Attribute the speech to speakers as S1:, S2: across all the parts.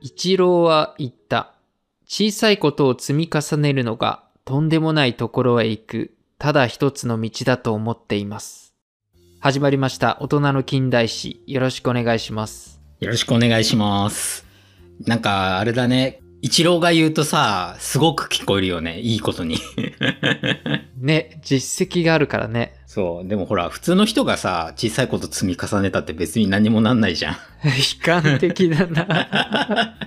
S1: 一郎は言った。小さいことを積み重ねるのがとんでもないところへ行く、ただ一つの道だと思っています。始まりました。大人の近代史。よろしくお願いします。
S2: よろしくお願いします。なんか、あれだね。一郎が言うとさ、すごく聞こえるよね。いいことに。
S1: ね、実績があるからね。
S2: そう。でもほら、普通の人がさ、小さいこと積み重ねたって別に何もなんない じゃん。
S1: 悲観的だな。
S2: だか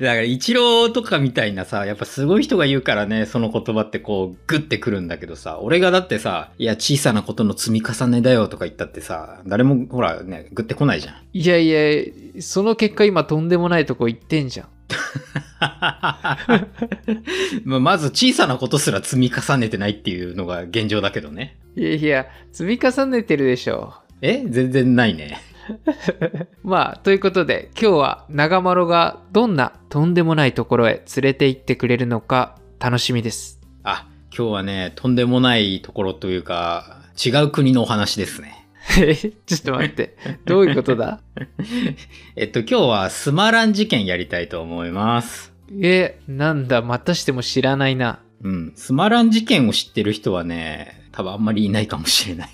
S2: ら、一郎とかみたいなさ、やっぱすごい人が言うからね、その言葉ってこう、グッてくるんだけどさ、俺がだってさ、いや、小さなことの積み重ねだよとか言ったってさ、誰もほらね、グッてこないじゃん。
S1: いやいや、その結果今とんでもないとこ行ってんじゃん。
S2: まず小さなことすら積み重ねてないっていうのが現状だけどね。
S1: いやいや、積み重ねてるでしょ
S2: う。え全然ないね。
S1: まあ、ということで今日は長丸がどんなとんでもないところへ連れて行ってくれるのか楽しみです。
S2: あ、今日はね、とんでもないところというか、違う国のお話ですね。
S1: えちょっと待って。どういうことだ
S2: えっと、今日はスマラン事件やりたいと思います。
S1: え、なんだ、またしても知らないな。
S2: うん。スマラン事件を知ってる人はね、多分あんまりいないかもし れない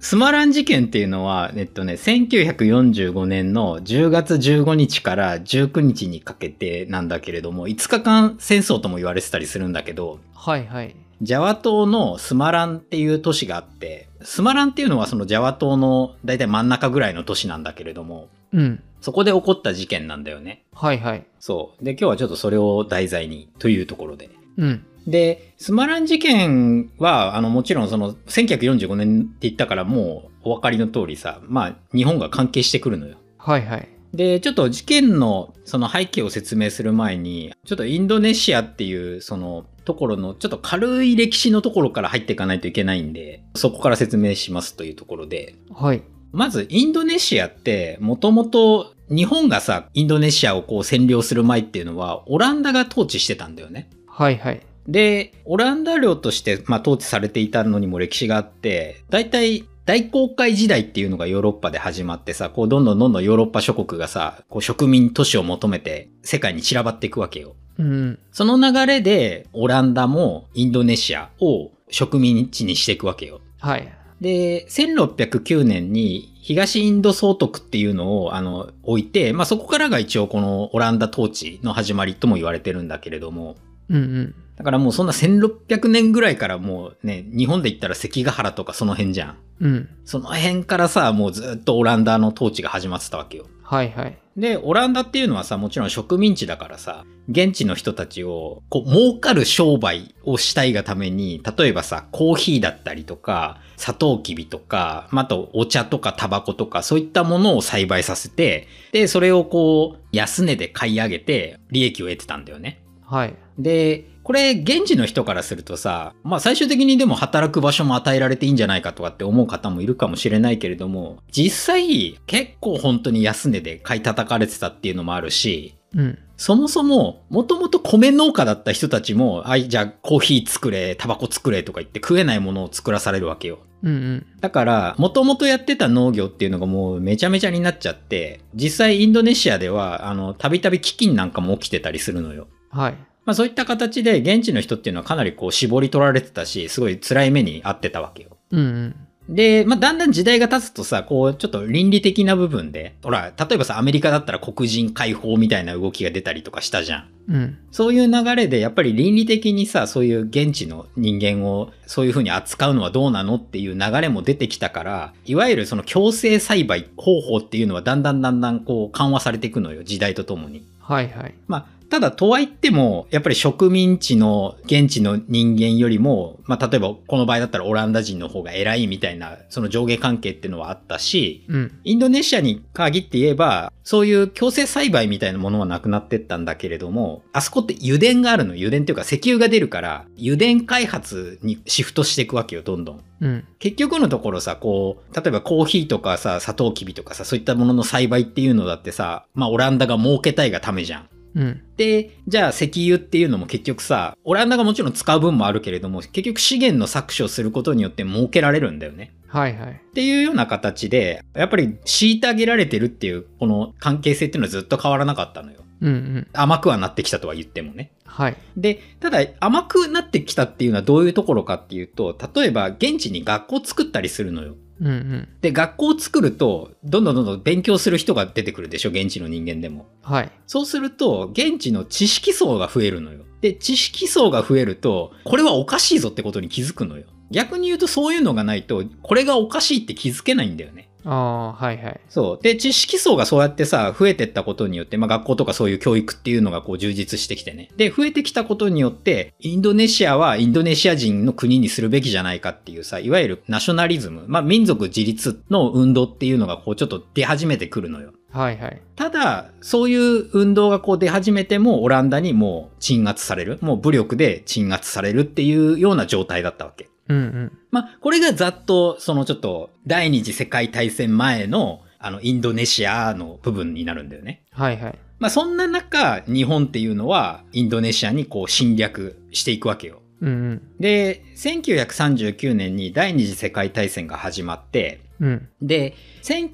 S2: スマラン事件っていうのは、えっとね、1945年の10月15日から19日にかけてなんだけれども、5日間戦争とも言われてたりするんだけど、
S1: はいはい。
S2: ジャワ島のスマランっていう都市があって、スマランっていうのはそのジャワ島の大体真ん中ぐらいの都市なんだけれども、
S1: うん。
S2: そこで起こった事件なんだよね。
S1: はいはい。
S2: そう。で、今日はちょっとそれを題材にというところで。
S1: うん。
S2: で、スマラン事件は、あの、もちろんその、1945年って言ったからもうお分かりの通りさ、まあ、日本が関係してくるのよ。
S1: はいはい。
S2: で、ちょっと事件のその背景を説明する前に、ちょっとインドネシアっていうそのところのちょっと軽い歴史のところから入っていかないといけないんで、そこから説明しますというところで。
S1: はい。
S2: まずインドネシアってもともと日本がさ、インドネシアをこう占領する前っていうのはオランダが統治してたんだよね。
S1: はいはい。
S2: で、オランダ領として、まあ、統治されていたのにも歴史があって、大体大航海時代っていうのがヨーロッパで始まってさ、こうどんどんどんどんヨーロッパ諸国がさ、こう植民都市を求めて世界に散らばっていくわけよ。
S1: うん、
S2: その流れでオランダもインドネシアを植民地にしていくわけよ。
S1: はい。
S2: で、1609年に東インド総督っていうのをあの置いて、まあ、そこからが一応このオランダ統治の始まりとも言われてるんだけれども、
S1: うんうん、
S2: だからもうそんな1600年ぐらいからもうね、日本で言ったら関ヶ原とかその辺じゃん。
S1: うん。
S2: その辺からさ、もうずっとオランダの統治が始まってたわけよ。
S1: はいはい。
S2: で、オランダっていうのはさ、もちろん植民地だからさ、現地の人たちを、こう、儲かる商売をしたいがために、例えばさ、コーヒーだったりとか、サトウキビとか、まあ、とお茶とかタバコとか、そういったものを栽培させて、で、それをこう、安値で買い上げて、利益を得てたんだよね。
S1: はい。
S2: で、これ、現地の人からするとさ、まあ最終的にでも働く場所も与えられていいんじゃないかとかって思う方もいるかもしれないけれども、実際、結構本当に安値で買い叩かれてたっていうのもあるし、
S1: うん、
S2: そもそも、もともと米農家だった人たちも、あい、じゃあコーヒー作れ、タバコ作れとか言って食えないものを作らされるわけよ。
S1: うんうん、
S2: だから、もともとやってた農業っていうのがもうめちゃめちゃになっちゃって、実際インドネシアでは、あの、たびたび飢饉なんかも起きてたりするのよ。
S1: はい。
S2: まあそういった形で現地の人っていうのはかなりこう絞り取られてたし、すごい辛い目に遭ってたわけよ。
S1: うん、
S2: うん、で、まあ、だんだん時代が経つとさ、こう、ちょっと倫理的な部分で、ほら、例えばさ、アメリカだったら黒人解放みたいな動きが出たりとかしたじゃん。
S1: うん。
S2: そういう流れで、やっぱり倫理的にさ、そういう現地の人間を、そういうふうに扱うのはどうなのっていう流れも出てきたから、いわゆるその強制栽培方法っていうのは、だんだんだんだんこう、緩和されていくのよ、時代とともに。
S1: はいはい。
S2: まあただ、とはいっても、やっぱり植民地の現地の人間よりも、まあ、例えばこの場合だったらオランダ人の方が偉いみたいな、その上下関係っていうのはあったし、
S1: うん、
S2: インドネシアに限って言えば、そういう強制栽培みたいなものはなくなってったんだけれども、あそこって油田があるの。油田っていうか石油が出るから、油田開発にシフトしていくわけよ、どんどん。
S1: うん、
S2: 結局のところさ、こう、例えばコーヒーとかさ、サトウキビとかさ、そういったものの栽培っていうのだってさ、まあオランダが儲けたいがためじゃん。
S1: うん。
S2: で、じゃあ石油っていうのも結局さ、オランダがもちろん使う分もあるけれども、結局資源の搾取をすることによって儲けられるんだよね。
S1: はいはい。
S2: っていうような形で、やっぱり虐げられてるっていう、この関係性っていうのはずっと変わらなかったのよ。
S1: うんうん。
S2: 甘くはなってきたとは言ってもね。
S1: はい。
S2: で、ただ甘くなってきたっていうのはどういうところかっていうと、例えば現地に学校作ったりするのよ。
S1: うんうん。
S2: で、学校を作ると、どんどんどんどん勉強する人が出てくるでしょ、現地の人間でも。
S1: はい。
S2: そうすると、現地の知識層が増えるのよ。で、知識層が増えると、これはおかしいぞってことに気づくのよ。逆に言うとそういうのがないと、これがおかしいって気づけないんだよね。
S1: ああ、はいはい。
S2: そう。で、知識層がそうやってさ、増えてったことによって、まあ学校とかそういう教育っていうのがこう充実してきてね。で、増えてきたことによって、インドネシアはインドネシア人の国にするべきじゃないかっていうさ、いわゆるナショナリズム、まあ民族自立の運動っていうのがこうちょっと出始めてくるのよ。
S1: はいはい。
S2: ただ、そういう運動がこう出始めても、オランダにもう鎮圧される、もう武力で鎮圧されるっていうような状態だったわけ。
S1: うんうん。
S2: まあ、これがざっと、そのちょっと、第二次世界大戦前の、あの、インドネシアの部分になるんだよね。
S1: はいはい。
S2: まあ、そんな中、日本っていうのは、インドネシアにこう侵略していくわけよ。
S1: うん
S2: で、1939年に第二次世界大戦が始まって、
S1: うん。うん。
S2: で、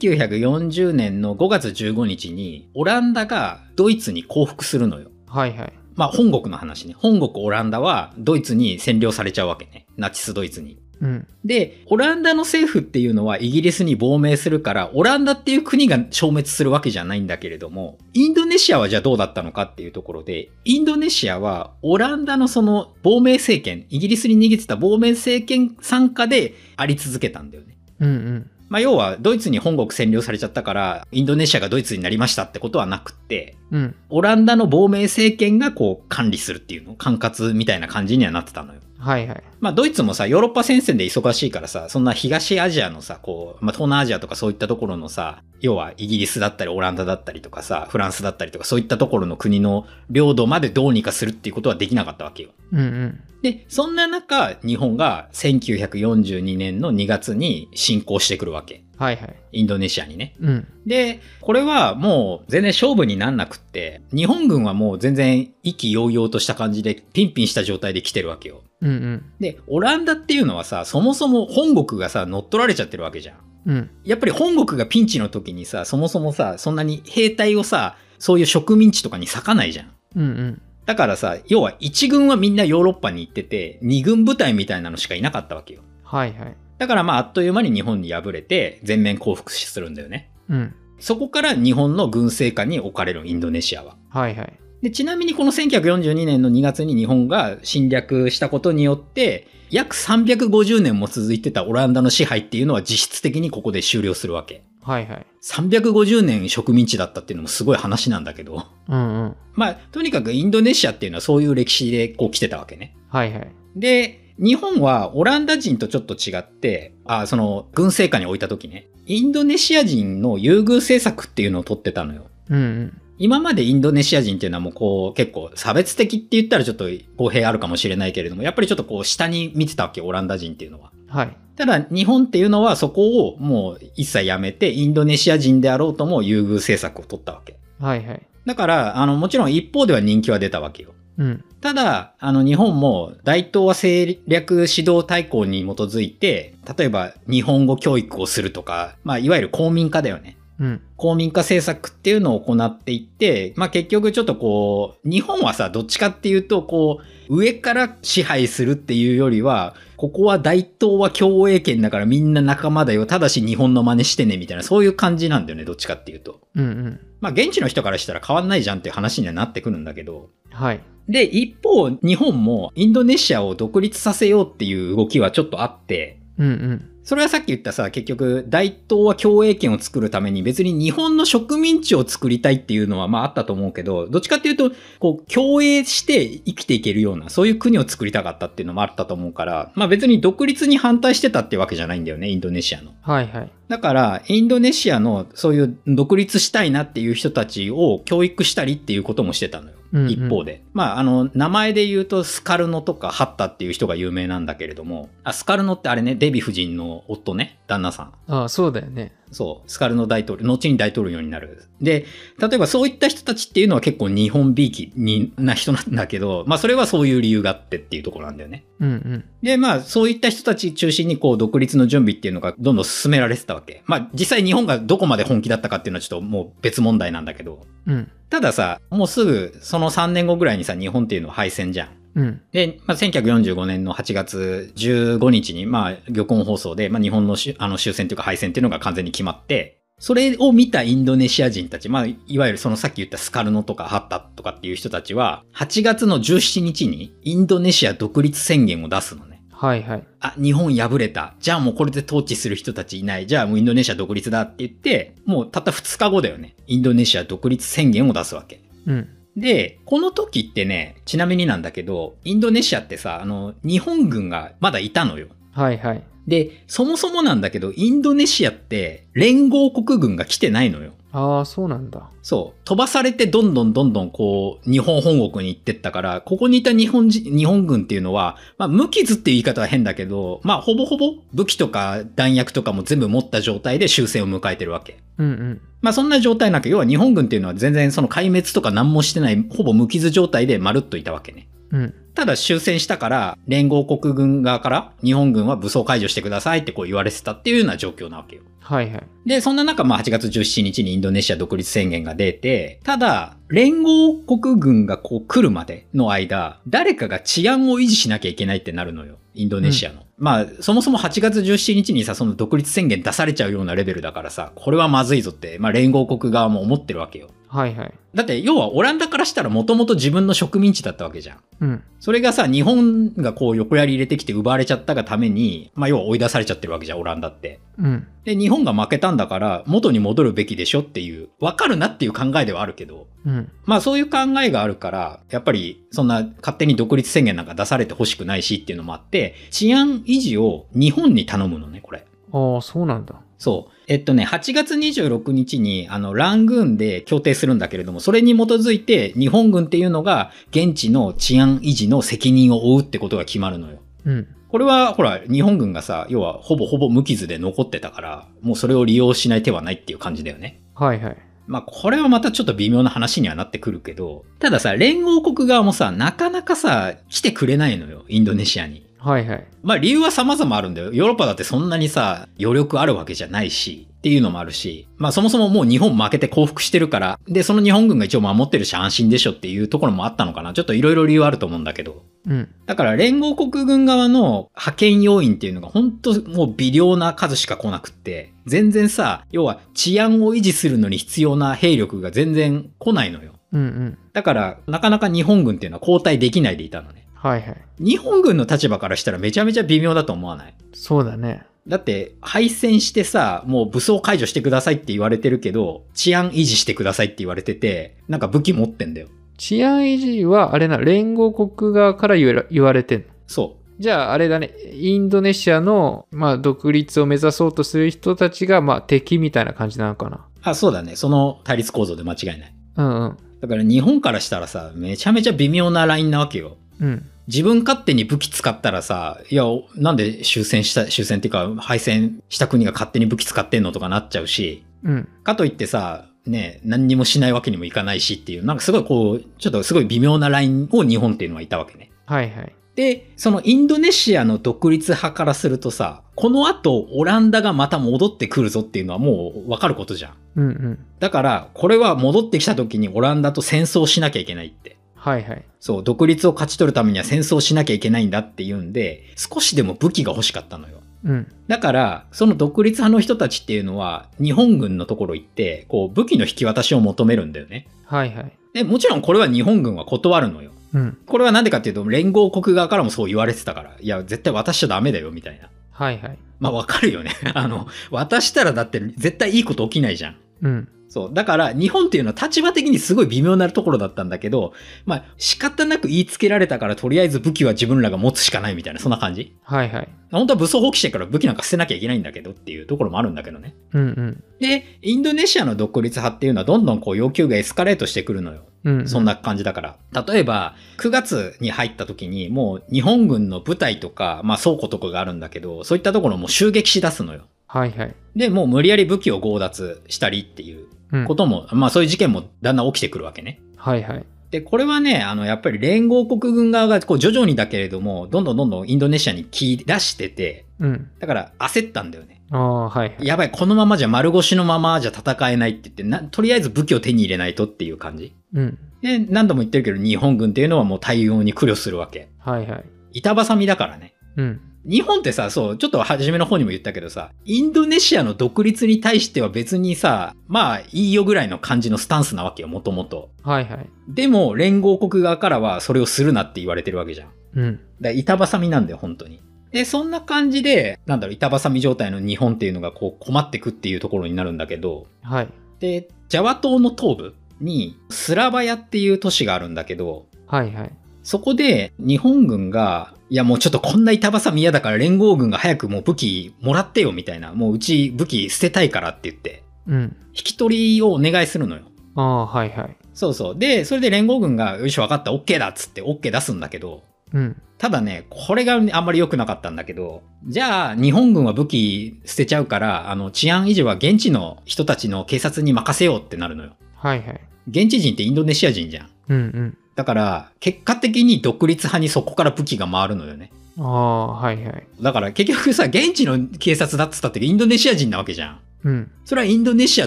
S2: 1940年の5月15日に、オランダがドイツに降伏するのよ。
S1: はいはい。
S2: まあ、本国の話ね。本国オランダはドイツに占領されちゃうわけね。ナチスドイツに。
S1: うん。
S2: で、オランダの政府っていうのはイギリスに亡命するから、オランダっていう国が消滅するわけじゃないんだけれども、インドネシアはじゃあどうだったのかっていうところで、インドネシアはオランダのその亡命政権、イギリスに逃げてた亡命政権参加であり続けたんだよね。
S1: うんうん。
S2: まあ、要はドイツに本国占領されちゃったから、インドネシアがドイツになりましたってことはなくって、
S1: うん。
S2: オランダの亡命政権がこう管理するっていうの、管轄みたいな感じにはなってたのよ。
S1: はいはい。
S2: まあ、ドイツもさ、ヨーロッパ戦線で忙しいからさ、そんな東アジアのさ、こう、まあ、東南アジアとかそういったところのさ、要はイギリスだったりオランダだったりとかさ、フランスだったりとかそういったところの国の領土までどうにかするっていうことはできなかったわけよ。
S1: うんうん。
S2: で、そんな中、日本が1942年の2月に侵攻してくるわけ。
S1: はいはい。
S2: インドネシアにね。
S1: うん。
S2: で、これはもう全然勝負になんなくって、日本軍はもう全然意気揚々とした感じで、ピンピンした状態で来てるわけよ。
S1: うんうん。
S2: で、オランダっていうのはさ、そもそも本国がさ、乗っ取られちゃってるわけじゃん。
S1: うん。
S2: やっぱり本国がピンチの時にさ、そもそもさ、そんなに兵隊をさ、そういう植民地とかに割かないじゃん。
S1: うんうん。
S2: だからさ、要は1軍はみんなヨーロッパに行ってて、2軍部隊みたいなのしかいなかったわけよ。
S1: はいはい。
S2: だからまああっという間に日本に敗れて、全面降伏するんだよね。
S1: うん。
S2: そこから日本の軍政下に置かれるインドネシアは。
S1: はいはい。
S2: でちなみにこの1942年の2月に日本が侵略したことによって、約350年も続いてたオランダの支配っていうのは実質的にここで終了するわけ。
S1: はいはい。
S2: 350年植民地だったっていうのもすごい話なんだけど。
S1: うんうん。
S2: まあ、とにかくインドネシアっていうのはそういう歴史でこう来てたわけね。
S1: はいはい。
S2: で、日本はオランダ人とちょっと違って、あその軍政下に置いた時ね、インドネシア人の優遇政策っていうのを取ってたのよ。
S1: うんうん。
S2: 今までインドネシア人っていうのはもうこう結構差別的って言ったらちょっと語弊あるかもしれないけれども、やっぱりちょっとこう下に見てたわけ、オランダ人っていうのは。
S1: はい。
S2: ただ日本っていうのはそこをもう一切やめて、インドネシア人であろうとも優遇政策を取ったわけ。
S1: はいはい。
S2: だから、あのもちろん一方では人気は出たわけよ。
S1: うん。
S2: ただ、あの日本も大東亜戦略指導大綱に基づいて、例えば日本語教育をするとか、まあいわゆる公民化だよね。
S1: うん。
S2: 公民化政策っていうのを行っていって、まあ結局ちょっとこう、日本はさ、どっちかっていうと、こう、上から支配するっていうよりは、ここは大東は共栄圏だからみんな仲間だよ、ただし日本の真似してね、みたいな、そういう感じなんだよね、どっちかっていうと。
S1: うんうん。
S2: まあ現地の人からしたら変わんないじゃんっていう話にはなってくるんだけど、
S1: はい。
S2: で、一方、日本もインドネシアを独立させようっていう動きはちょっとあって、
S1: うんうん。
S2: それはさっき言ったさ、結局、大東は共栄圏を作るために別に日本の植民地を作りたいっていうのはまああったと思うけど、どっちかっていうと、こう、共栄して生きていけるような、そういう国を作りたかったっていうのもあったと思うから、まあ別に独立に反対してたってわけじゃないんだよね、インドネシアの。
S1: はいはい。
S2: だから、インドネシアのそういう独立したいなっていう人たちを教育したりっていうこともしてたのよ。
S1: うんうん
S2: 一方で。まあ、あの、名前で言うと、スカルノとかハッタっていう人が有名なんだけれども、あ、スカルノってあれね、デヴィ夫人の夫ね、旦那さん。
S1: ああ、そうだよね。
S2: そう、スカルノ大統領、後に大統領になる。で、例えばそういった人たちっていうのは結構日本びいきにな人なんだけど、まあそれはそういう理由があってっていうところなんだよね。
S1: うんうん。
S2: で、まあそういった人たち中心にこう独立の準備っていうのがどんどん進められてたわけ。まあ実際日本がどこまで本気だったかっていうのはちょっともう別問題なんだけど。
S1: うん。
S2: たださ、もうすぐその3年後ぐらいにさ、日本っていうのは敗戦じゃん。
S1: うん。
S2: で、まあ、1945年の8月15日に、まあ、漁港放送で、まあ、日本のしあの終戦というか敗戦というのが完全に決まって、それを見たインドネシア人たち、まあ、いわゆるそのさっき言ったスカルノとかハッタとかっていう人たちは、8月の17日にインドネシア独立宣言を出すのね。
S1: はいはい。
S2: あ、日本敗れた。じゃあもうこれで統治する人たちいない。じゃあもうインドネシア独立だって言って、もうたった2日後だよね。インドネシア独立宣言を出すわけ。
S1: うん。
S2: で、この時ってね、ちなみになんだけど、インドネシアってさ、あの、日本軍がまだいたのよ。
S1: はいはい。
S2: で、そもそもなんだけど、インドネシアって連合国軍が来てないのよ。
S1: ああ、そうなんだ。
S2: そう。飛ばされてどんどんどんどんこう、日本本国に行ってったから、ここにいた日本人、日本軍っていうのは、まあ無傷っていう言い方は変だけど、まあほぼほぼ武器とか弾薬とかも全部持った状態で終戦を迎えてるわけ。
S1: うんうん。
S2: まあそんな状態なく、要は日本軍っていうのは全然その壊滅とか何もしてない、ほぼ無傷状態でまるっといたわけね。
S1: うん。
S2: ただ終戦したから、連合国軍側から日本軍は武装解除してくださいってこう言われてたっていうような状況なわけよ。
S1: はいはい。
S2: で、そんな中、まあ8月17日にインドネシア独立宣言が出て、ただ、連合国軍がこう来るまでの間、誰かが治安を維持しなきゃいけないってなるのよ。インドネシアの。まあ、そもそも8月17日にさ、その独立宣言出されちゃうようなレベルだからさ、これはまずいぞって、まあ連合国側も思ってるわけよ。
S1: はいはい。
S2: だって、要はオランダからしたらもともと自分の植民地だったわけじゃん。
S1: うん。
S2: それがさ、日本がこう横やり入れてきて奪われちゃったがために、まあ要は追い出されちゃってるわけじゃん、オランダって。
S1: うん。
S2: で、日本が負けたんだから、元に戻るべきでしょっていう、わかるなっていう考えではあるけど、
S1: うん。
S2: まあそういう考えがあるから、やっぱりそんな勝手に独立宣言なんか出されてほしくないしっていうのもあって、治安維持を日本に頼むのね、これ。
S1: ああ、そうなんだ。
S2: そう。えっとね、8月26日に、あの、ラングーンで協定するんだけれども、それに基づいて、日本軍っていうのが、現地の治安維持の責任を負うってことが決まるのよ。
S1: うん。
S2: これは、ほら、日本軍がさ、要は、ほぼほぼ無傷で残ってたから、もうそれを利用しない手はないっていう感じだよね。
S1: はいはい。
S2: まあ、これはまたちょっと微妙な話にはなってくるけど、たださ、連合国側もさ、なかなかさ、来てくれないのよ、インドネシアに。
S1: はいはい。
S2: まあ理由は様々あるんだよ。ヨーロッパだってそんなにさ、余力あるわけじゃないし、っていうのもあるし、まあそもそももう日本負けて降伏してるから、で、その日本軍が一応守ってるし安心でしょっていうところもあったのかな。ちょっといろいろ理由あると思うんだけど。
S1: うん。
S2: だから連合国軍側の派遣要員っていうのが本当もう微量な数しか来なくって、全然さ、要は治安を維持するのに必要な兵力が全然来ないのよ。
S1: うんうん。
S2: だから、なかなか日本軍っていうのは交代できないでいたのね。
S1: はいはい。
S2: 日本軍の立場からしたらめちゃめちゃ微妙だと思わない
S1: そうだね。
S2: だって、敗戦してさ、もう武装解除してくださいって言われてるけど、治安維持してくださいって言われてて、なんか武器持ってんだよ。
S1: 治安維持は、あれな、連合国側から言わ言われてんの。
S2: そ
S1: じゃあ、あれだね、インドネシアの、まあ、独立を目指そうとする人たちが、まあ、敵みたいな感じなのかな。
S2: う。あ、そうだね。その対立構造で間違いない。
S1: うんうん。
S2: だから日本からしたらさ、めちゃめちゃ微妙なラインなわけよ。
S1: うん。
S2: 自分勝手に武器使ったらさ、いや、なんで終戦した、終戦っていうか、敗戦した国が勝手に武器使ってんのとかなっちゃうし、
S1: うん。
S2: かといってさ、ね、何にもしないわけにもいかないしっていう、なんかすごいこう、ちょっとすごい微妙なラインを日本っていうのはいたわけね。
S1: はいはい。
S2: で、そのインドネシアの独立派からするとさ、この後オランダがまた戻ってくるぞっていうのはもうわかることじゃん。
S1: うんうん。
S2: だから、これは戻ってきた時にオランダと戦争しなきゃいけないって。
S1: はいはい。
S2: そう、独立を勝ち取るためには戦争しなきゃいけないんだっていうんで、少しでも武器が欲しかったのよ。
S1: うん。
S2: だから、その独立派の人たちっていうのは、日本軍のところ行って、こう、武器の引き渡しを求めるんだよね。
S1: はいはい。
S2: で、もちろんこれは日本軍は断るのよ。
S1: うん。
S2: これはなんでかっていうと、連合国側からもそう言われてたから、いや、絶対渡しちゃダメだよ、みたいな。
S1: はいはい。
S2: まあ、わかるよね。 あの、渡したらだって絶対いいこと起きないじゃん。
S1: うん。
S2: そう。だから、日本っていうのは立場的にすごい微妙なところだったんだけど、まあ、仕方なく言いつけられたから、とりあえず武器は自分らが持つしかないみたいな、そんな感じ。
S1: はいはい。
S2: 本当は武装放棄してから武器なんか捨てなきゃいけないんだけどっていうところもあるんだけどね。
S1: うんうん。
S2: で、インドネシアの独立派っていうのはどんどんこう要求がエスカレートしてくるのよ。
S1: うん、
S2: そんな感じだから。例えば、9月に入った時に、もう日本軍の部隊とか、まあ倉庫とかがあるんだけど、そういったところも襲撃し出すのよ。
S1: はいはい。
S2: で、もう無理やり武器を強奪したりっていう
S1: うん
S2: こ。とも、まあそういう事件もだんだん起きてくるわけね。
S1: はいはい。
S2: で、これはね、あの、やっぱり連合国軍側がこう徐々にだけれども、どんどんどんどんインドネシアに切り出してて、
S1: うん。
S2: だから焦ったんだよね。
S1: ああ、はいはい。
S2: やばい、このままじゃ丸腰のままじゃ戦えないって言って、な、とりあえず武器を手に入れないとっていう感じ。
S1: うん。
S2: で、何度も言ってるけど、日本軍っていうのはもう対応に苦慮するわけ。
S1: はいはい。
S2: 板挟みだからね。
S1: うん。
S2: 日本ってさ、そう、ちょっと初めの方にも言ったけどさ、インドネシアの独立に対しては別にさ、まあいいよぐらいの感じのスタンスなわけよ、もともと。
S1: はいはい。
S2: でも、連合国側からはそれをするなって言われてるわけじゃん。だか
S1: うん。
S2: ら板挟みなんだよ、本当に。で、そんな感じで、なんだろう、板挟み状態の日本っていうのがこう困ってくっていうところになるんだけど、
S1: はい。
S2: で、ジャワ島の東部にスラバヤっていう都市があるんだけど、
S1: はいはい。
S2: そこで日本軍が、いやもうちょっとこんな板挟み嫌だから連合軍が早くもう武器もらってよみたいな、もううち武器捨てたいからって言って、
S1: うん。
S2: 引き取りをお願いするのよ。
S1: ああ、はいはい。
S2: そうそう。で、それで連合軍が、よいしょ分かった、OK だっつって OK 出すんだけど、
S1: うん。
S2: ただね、これがねあんまり良くなかったんだけど、じゃあ日本軍は武器捨てちゃうから、あの治安維持は現地の人たちの警察に任せようってなるのよ。
S1: はいはい。
S2: 現地人ってインドネシア人じゃん。
S1: うん
S2: だから、結果的に独立派にそこから武器が回るのよね。
S1: うん。ああ、はいはい。
S2: だから結局さ、現地の警察だっつったってインドネシア人なわけじゃん。
S1: うん。
S2: それはインドネシア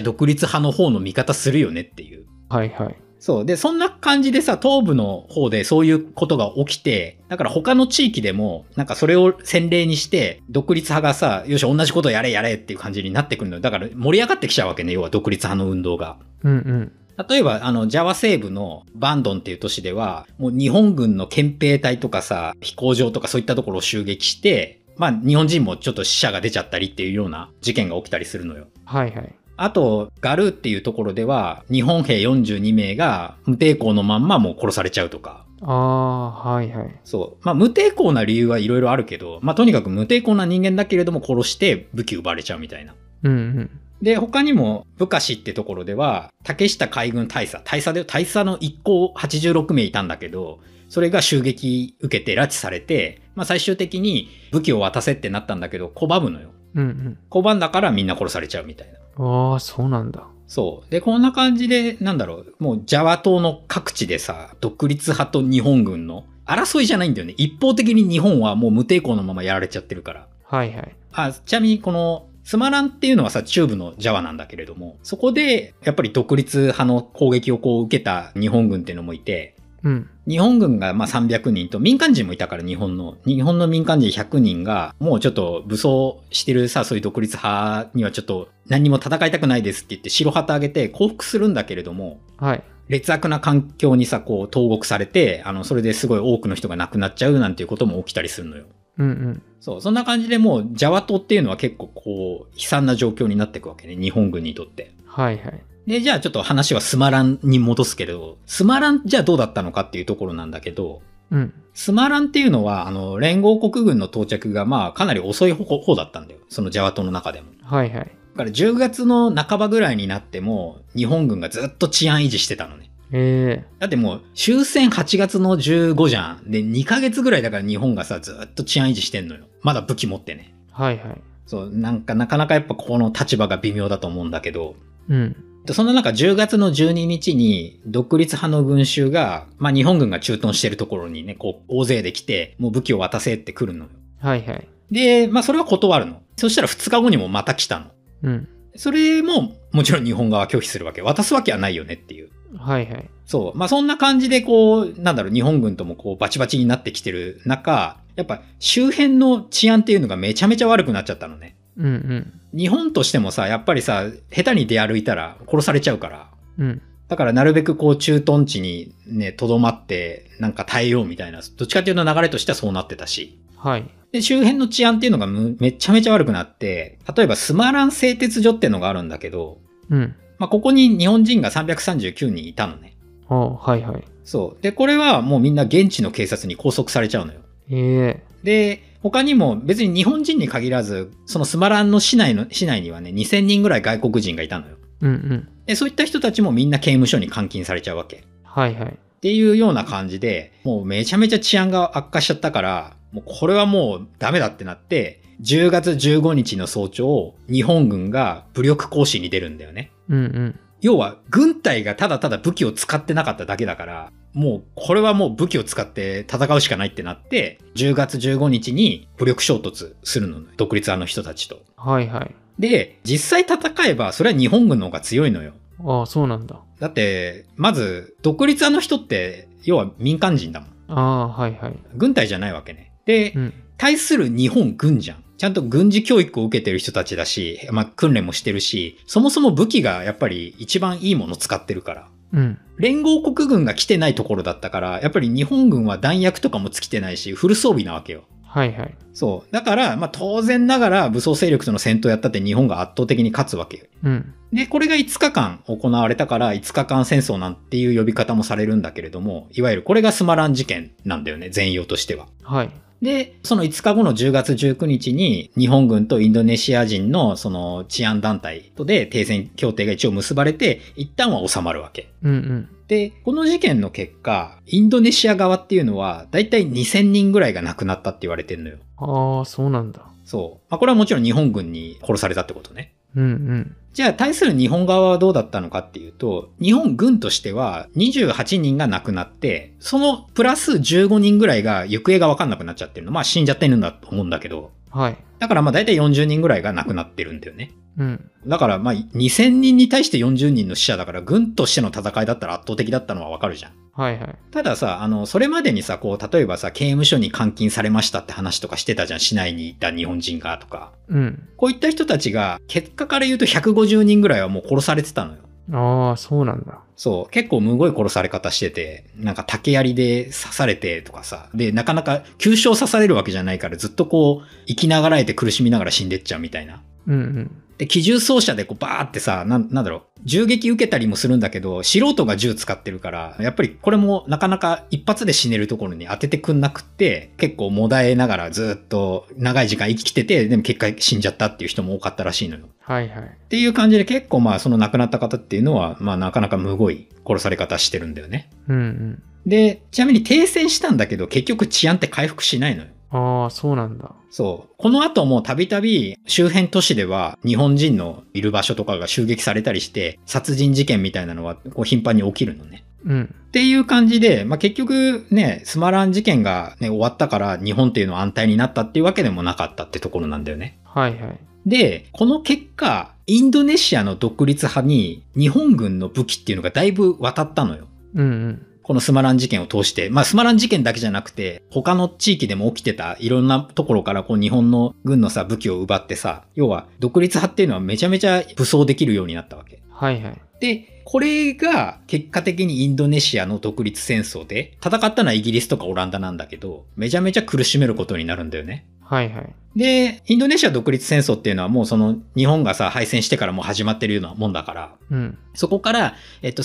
S2: 独立派の方の味方するよねっていう。
S1: はいはい。
S2: そう。で、そんな感じでさ、東部の方でそういうことが起きて、だから他の地域でも、なんかそれを先例にして、独立派がさ、よし、同じことやれやれっていう感じになってくるのよ。だから盛り上がってきちゃうわけね、要は独立派の運動が。
S1: うんうん。
S2: 例えば、あの、ジャワ西部のバンドンっていう都市では、もう日本軍の憲兵隊とかさ、飛行場とかそういったところを襲撃して、まあ、日本人もちょっと死者が出ちゃったりっていうような事件が起きたりするのよ。
S1: はいはい。
S2: あと、ガルーっていうところでは、日本兵42名が無抵抗のまんまもう殺されちゃうとか。
S1: ああ、はいはい。
S2: そう。まあ、無抵抗な理由はいろいろあるけど、まあ、とにかく無抵抗な人間だけれども殺して武器奪われちゃうみたいな。
S1: うんうん。
S2: で、他にも、武カ市ってところでは、竹下海軍大佐、大佐で、大佐の一行86名いたんだけど、それが襲撃受けて拉致されて、まあ最終的に武器を渡せってなったんだけど、拒むのよ。
S1: うん
S2: 拒んだからみんな殺されちゃうみたいな。
S1: うん。ああ、そうなんだ。
S2: そう。で、こんな感じで、なんだろう、もうジャワ島の各地でさ、独立派と日本軍の争いじゃないんだよね。一方的に日本はもう無抵抗のままやられちゃってるから。
S1: はいはい。
S2: あちなみにこのスマランっていうのはさ中部のジャワなんだけれどもそこでやっぱり独立派の攻撃をこう受けた日本軍っていうのもいて
S1: うん。
S2: 日本軍がまあ300人と民間人もいたから日本の日本の民間人100人がもうちょっと武装してるさそういう独立派にはちょっと何にも戦いたくないですって言って白旗あげて降伏するんだけれども
S1: はい。
S2: 劣悪な環境にさこう投獄されてあのそれですごい多くの人が亡くなっちゃうなんていうことも起きたりするのよ。
S1: うんうん。
S2: そう、そんな感じでもう、ジャワ島っていうのは結構こう、悲惨な状況になっていくわけね、日本軍にとって。
S1: はいはい。
S2: で、じゃあちょっと話はスマランに戻すけれど、スマランじゃあどうだったのかっていうところなんだけど、
S1: うん。
S2: スマランっていうのは、あの、連合国軍の到着がまあかなり遅い方方だったんだよ。そのジャワ島の中でも。
S1: はいはい。
S2: だから10月の半ばぐらいになっても、日本軍がずっと治安維持してたのね。
S1: え
S2: だってもう終戦8月の15じゃん。で、2ヶ月ぐらいだから日本がさ、ずっと治安維持してんのよ。まだ武器持ってね。
S1: えはいはい。
S2: そう、なんかなかなかやっぱここの立場が微妙だと思うんだけど、
S1: うん。
S2: でそんな中10月の12日に独立派の群衆が、まあ日本軍が駐屯してるところにね、こう大勢で来て、もう武器を渡せって来るのよ。
S1: はいはい。
S2: で、まあそれは断るの。そしたら2日後にもまた来たの。
S1: うん。
S2: それももちろん日本側は拒否するわけ。渡すわけはないよねっていう。
S1: はいはい。
S2: そう。まあそんな感じでこう、なんだろう、日本軍ともこうバチバチになってきてる中、やっぱ周辺の治安っていうのがめちゃめちゃ悪くなっちゃったのね。
S1: うんうん。
S2: 日本としてもさやっぱりさ下手に出歩いたら殺されちゃうから
S1: うん。
S2: だからなるべくこう駐屯地にねとどまってなんか耐えようみたいなどっちかっていうと流れとしてはそうなってたし
S1: はい。
S2: で周辺の治安っていうのがむめちゃめちゃ悪くなって例えばスマラン製鉄所っていうのがあるんだけど、
S1: うん。
S2: まあ、ここに日本人が339人いたのね
S1: ああ、はいはい。
S2: そうでこれはもうみんな現地の警察に拘束されちゃうのよ
S1: ええ
S2: で、他にも別に日本人に限らず、そのスマランの市内の、市内にはね、2000人ぐらい外国人がいたのよ。
S1: うんうん。
S2: で、そういった人たちもみんな刑務所に監禁されちゃうわけ。っ
S1: はいはい。
S2: ていうような感じで、もうめちゃめちゃ治安が悪化しちゃったから、もうこれはもうダメだってなって、 10月15日の早朝、日本軍が武力行使に出るんだよね。
S1: うんうん。
S2: 要は軍隊がただただ武器を使ってなかっただけだから、もうこれはもう武器を使って戦うしかないってなって、10月15日に武力衝突するのね。独立派の人たちと。
S1: はいはい。
S2: で、実際戦えばそれは日本軍の方が強いのよ。
S1: ああ、そうなんだ。
S2: だって、まず独立派の人って要は民間人だもん。
S1: ああ、はいはい。
S2: 軍隊じゃないわけね。で
S1: う、ん。
S2: 対する日本軍じゃん。ちゃんと軍事教育を受けてる人たちだし、まあ訓練もしてるし、そもそも武器がやっぱり一番いいもの使ってるから。
S1: うん。
S2: 連合国軍が来てないところだったから、やっぱり日本軍は弾薬とかも尽きてないし、フル装備なわけよ。
S1: はいはい。
S2: そう。だから、まあ当然ながら武装勢力との戦闘やったって日本が圧倒的に勝つわけよ。
S1: うん。
S2: で、これが5日間行われたから、5日間戦争なんていう呼び方もされるんだけれども、いわゆるこれがスマラン事件なんだよね、全容としては。
S1: はい。
S2: で、その5日後の10月19日に、日本軍とインドネシア人のその治安団体とで停戦協定が一応結ばれて、一旦は収まるわけ。
S1: うんうん。
S2: で、この事件の結果、インドネシア側っていうのは、だいたい2000人ぐらいが亡くなったって言われてるのよ。
S1: ああ、そうなんだ。
S2: そう。まあ、これはもちろん日本軍に殺されたってことね。
S1: うんうん。
S2: じゃあ、対する日本側はどうだったのかっていうと、日本軍としては28人が亡くなって、そのプラス15人ぐらいが行方がわかんなくなっちゃってるの。まあ、死んじゃってるんだと思うんだけど、
S1: はい。
S2: だからまあ、だいたい40人ぐらいが亡くなってるんだよね。
S1: うん。
S2: だからまあ、2000人に対して40人の死者だから、軍としての戦いだったら圧倒的だったのはわかるじゃん。
S1: はいはい。
S2: たださ、あの、それまでにさ、こう、例えばさ、刑務所に監禁されましたって話とかしてたじゃん、市内にいた日本人がとか。
S1: うん。
S2: こういった人たちが、結果から言うと150人ぐらいはもう殺されてたのよ。
S1: ああ、そうなんだ。
S2: そう、結構むごい殺され方してて、なんか竹槍で刺されてとかさ、で、なかなか急所を刺されるわけじゃないから、ずっとこう、生きながらえて苦しみながら死んでっちゃうみたいな。
S1: うんうん。
S2: で、機銃装車でこうバーってさ、なん、なんだろう、銃撃受けたりもするんだけど、素人が銃使ってるから、やっぱりこれもなかなか一発で死ねるところに当ててくんなくって、結構もだえながらずっと長い時間生きてて、でも結果死んじゃったっていう人も多かったらしいのよ。
S1: はいはい。
S2: っていう感じで結構まあその亡くなった方っていうのは、まあなかなかむごい殺され方してるんだよね。
S1: うんうん。
S2: で、ちなみに停戦したんだけど、結局治安って回復しないのよ。
S1: ああ、そうなんだ。
S2: そう。この後もたびたび周辺都市では日本人のいる場所とかが襲撃されたりして殺人事件みたいなのはこう頻繁に起きるのね。
S1: うん。
S2: っていう感じで、まあ、結局ね、スマラン事件がね、終わったから日本っていうのは安泰になったっていうわけでもなかったってところなんだよね。
S1: はいはい。
S2: で、この結果、インドネシアの独立派に日本軍の武器っていうのがだいぶ渡ったのよ。
S1: うんうん。
S2: このスマラン事件を通して、まあスマラン事件だけじゃなくて、他の地域でも起きてたいろんなところからこう日本の軍のさ、武器を奪ってさ、要は独立派っていうのはめちゃめちゃ武装できるようになったわけ。
S1: はいはい。
S2: で、これが結果的にインドネシアの独立戦争で、戦ったのはイギリスとかオランダなんだけど、めちゃめちゃ苦しめることになるんだよね。
S1: はいはい。
S2: で、インドネシア独立戦争っていうのはもうその日本がさ、敗戦してからもう始まってるようなもんだから、
S1: うん。
S2: そこから、えっと、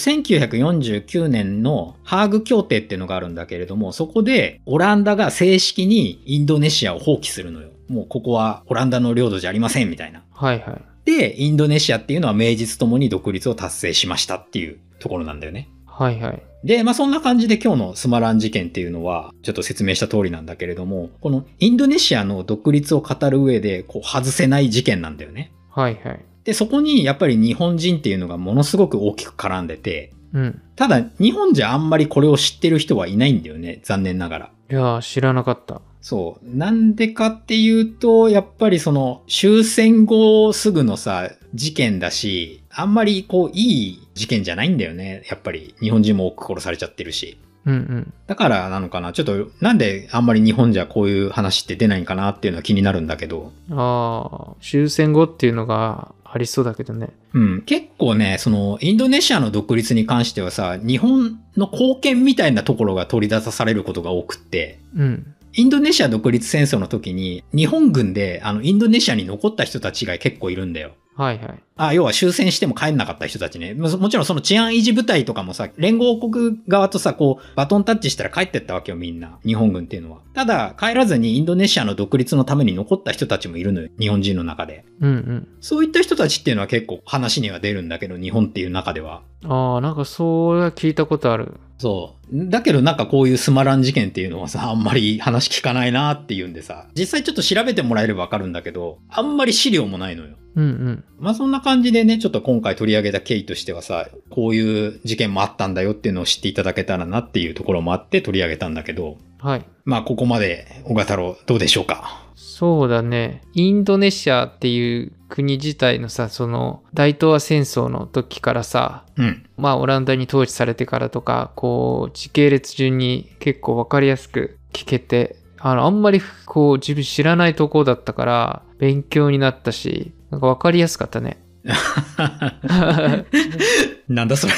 S2: 1949年のハーグ協定っていうのがあるんだけれども、そこでオランダが正式にインドネシアを放棄するのよ。もうここはオランダの領土じゃありませんみたいな。
S1: はいはい。
S2: で、インドネシアっていうのは名実ともに独立を達成しましたっていうところなんだよね。
S1: はいはい。
S2: で、まあ、そんな感じで今日のスマラン事件っていうのは、ちょっと説明した通りなんだけれども、このインドネシアの独立を語る上で、こう、外せない事件なんだよね。
S1: はいはい。
S2: で、そこにやっぱり日本人っていうのがものすごく大きく絡んでて、
S1: うん。
S2: ただ、日本じゃあんまりこれを知ってる人はいないんだよね、残念ながら。
S1: いやー、知らなかった。
S2: そう。なんでかっていうと、やっぱりその終戦後すぐのさ、事件だし、あんまりこう、いい事件じゃないんだよね。やっぱり日本人も多く殺されちゃってるし。
S1: うんうん。
S2: だからなのかな。ちょっと、なんであんまり日本じゃこういう話って出ないんかなっていうのは気になるんだけど。
S1: ああ、終戦後っていうのがありそうだけどね。
S2: うん。結構ね、その、インドネシアの独立に関してはさ、日本の貢献みたいなところが取り出されることが多くって、
S1: うん。
S2: インドネシア独立戦争の時に、日本軍で、あの、インドネシアに残った人たちが結構いるんだよ。
S1: はいはい。
S2: あ、要は終戦しても帰んなかった人たちね。ももちろんその治安維持部隊とかもさ、連合国側とさ、こう、バトンタッチしたら帰ってったわけよ、みんな。日本軍っていうのは。ただ、帰らずにインドネシアの独立のために残った人たちもいるのよ、日本人の中で。
S1: うん
S2: そういった人たちっていうのは結構話には出るんだけど、日本っていう中では。
S1: うん。ああ、なんかそれは聞いたことある。
S2: そう。だけどなんかこういうスマラン事件っていうのはさ、あんまり話聞かないなっていうんでさ、実際ちょっと調べてもらえればわかるんだけど、あんまり資料もないのよ。
S1: うんうん。
S2: まあそんな感じでね、ちょっと今回取り上げた経緯としてはさ、こういう事件もあったんだよっていうのを知っていただけたらなっていうところもあって取り上げたんだけど、
S1: はい。
S2: まあここまで、小賀太郎どうでしょうか
S1: そうだね。インドネシアっていう国自体のさ、その大東亜戦争の時からさ、
S2: うん。
S1: まあオランダに統治されてからとか、こう時系列順に結構わかりやすく聞けて、あの、あんまりこう自分知らないとこだったから勉強になったし、なんかわかりやすかったね。
S2: なんだそれ。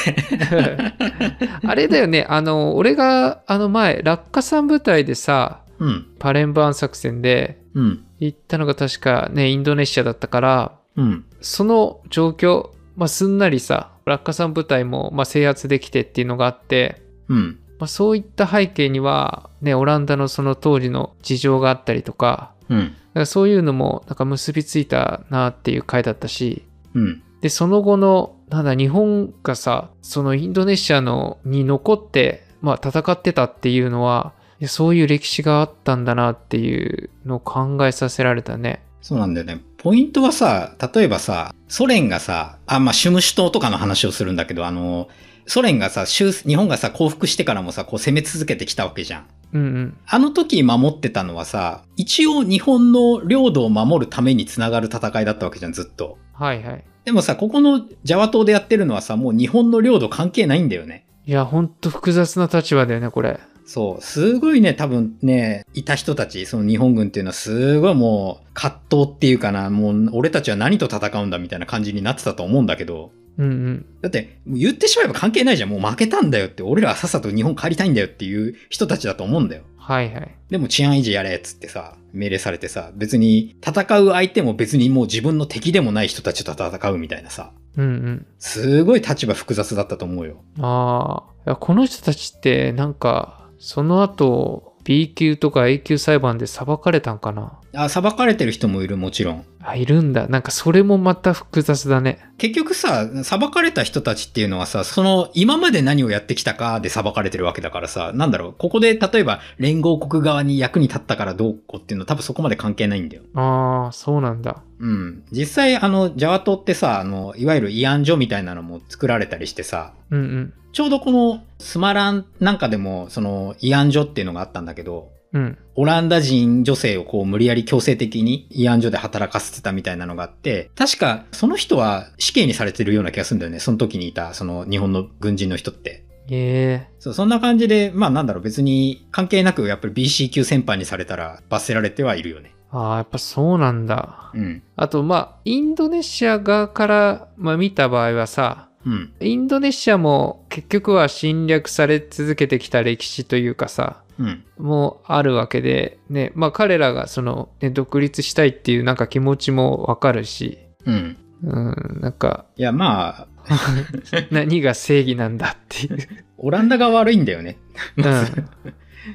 S1: あれだよね、あの、俺があの前、落下山部隊でさ、
S2: うん。
S1: パレンバーン作戦で
S2: うん。
S1: 行ったのが確かね、インドネシアだったから、
S2: うん。
S1: その状況、まあ、すんなりさ落下山部隊もまあ制圧できてっていうのがあって、
S2: うん。
S1: まあ、そういった背景には、ね、オランダのその当時の事情があったりとか
S2: うん。
S1: だからそういうのもなんか結びついたなっていう回だったし
S2: うん。
S1: でその後のなんだ日本がさそのインドネシアのに残って、まあ、戦ってたっていうのはいやそういう歴史があったんだなっていうのを考えさせられたね。
S2: そうなんだよね。ポイントはさ、例えばさ、ソ連がさ、あ、まあ、シュムシュ島とかの話をするんだけど、あの、ソ連がさ、終日本がさ、降伏してからもさ、こう攻め続けてきたわけじゃん。
S1: うんうん、
S2: あの時守ってたのはさ、一応日本の領土を守るためにつながる戦いだったわけじゃん、ずっと。
S1: はいはい。
S2: でもさ、ここのジャワ島でやってるのはさ、もう日本の領土関係ないんだよね。
S1: いや、ほんと複雑な立場だよね、これ。
S2: そう、すごいね、多分ね、いた人たち、その日本軍っていうのはすごいもう葛藤っていうかな、もう俺たちは何と戦うんだみたいな感じになってたと思うんだけど、
S1: うんうん。
S2: だって言ってしまえば関係ないじゃん、もう負けたんだよって、俺らはさっさと日本帰りたいんだよっていう人たちだと思うんだよ。
S1: はいはい。
S2: でも治安維持やれっつってさ、命令されてさ、別に戦う相手も別にもう自分の敵でもない人たちと戦うみたいなさ、
S1: うん
S2: すごい立場複雑だったと思うよ。
S1: うん。ああ。いやこの人たちって、なんか、その後、B 級とか A 級裁判で裁かれたんかな
S2: あ、裁かれてる人もいるもちろん。
S1: あ、いるんだ。なんか、それもまた複雑だね。
S2: 結局さ、裁かれた人たちっていうのはさ、その今まで何をやってきたかで裁かれてるわけだからさ、なんだろう、ここで例えば連合国側に役に立ったからどうこうっていうのは多分そこまで関係ないんだよ。
S1: ああ、そうなんだ。
S2: うん。実際あの、ジャワ島ってさ、あの、いわゆる慰安所みたいなのも作られたりしてさ、
S1: うんうん。
S2: ちょうどこのスマランなんかでも、その慰安所っていうのがあったんだけど、
S1: うん。
S2: オランダ人女性をこう無理やり強制的に慰安所で働かせてたみたいなのがあって、確かその人は死刑にされてるような気がするんだよね。その時にいたその日本の軍人の人って。
S1: ええ
S2: そう、そんな感じで、まあなんだろう別に関係なくやっぱり BC 級戦犯にされたら罰せられてはいるよね。
S1: ああ、やっぱそうなんだ。
S2: うん。
S1: あと、まあ、インドネシア側から、まあ、見た場合はさ、
S2: うん。
S1: インドネシアも結局は侵略され続けてきた歴史というかさ、
S2: うん。
S1: もあるわけで、ねまあ、彼らがその、ね、独立したいっていうなんか気持ちもわかるし、
S2: うん。
S1: うん、なんか
S2: いやまあ、
S1: 何が正義なんだっていう。
S2: オランダが悪いんだよね。
S1: うん、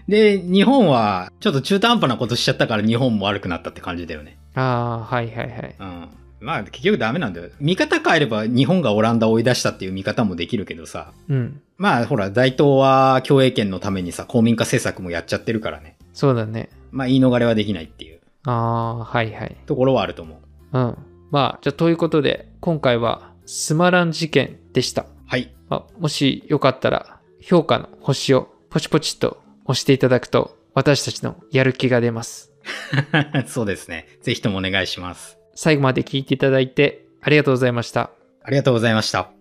S2: で、日本はちょっと中途半端なことしちゃったから日本も悪くなったって感じだよね。
S1: ああーはいはいはい。
S2: うん。まあ結局ダメなんだよ。見方変えれば日本がオランダを追い出したっていう見方もできるけどさ。
S1: うん
S2: まあほら、大東は共栄圏のためにさ、公民化政策もやっちゃってるからね。
S1: そうだね。
S2: まあ言い逃れはできないっていう
S1: ああはいはい。
S2: ところはあると思う。
S1: うん。まあじゃあということで今回はスマラン事件でした。
S2: はい。
S1: まあ、もしよかったら評価の星をポチポチっと押していただくと私たちのやる気が出ます。
S2: そうですね。ぜひともお願いします。
S1: 最後まで聞いていただいてありがとうございました。
S2: ありがとうございました。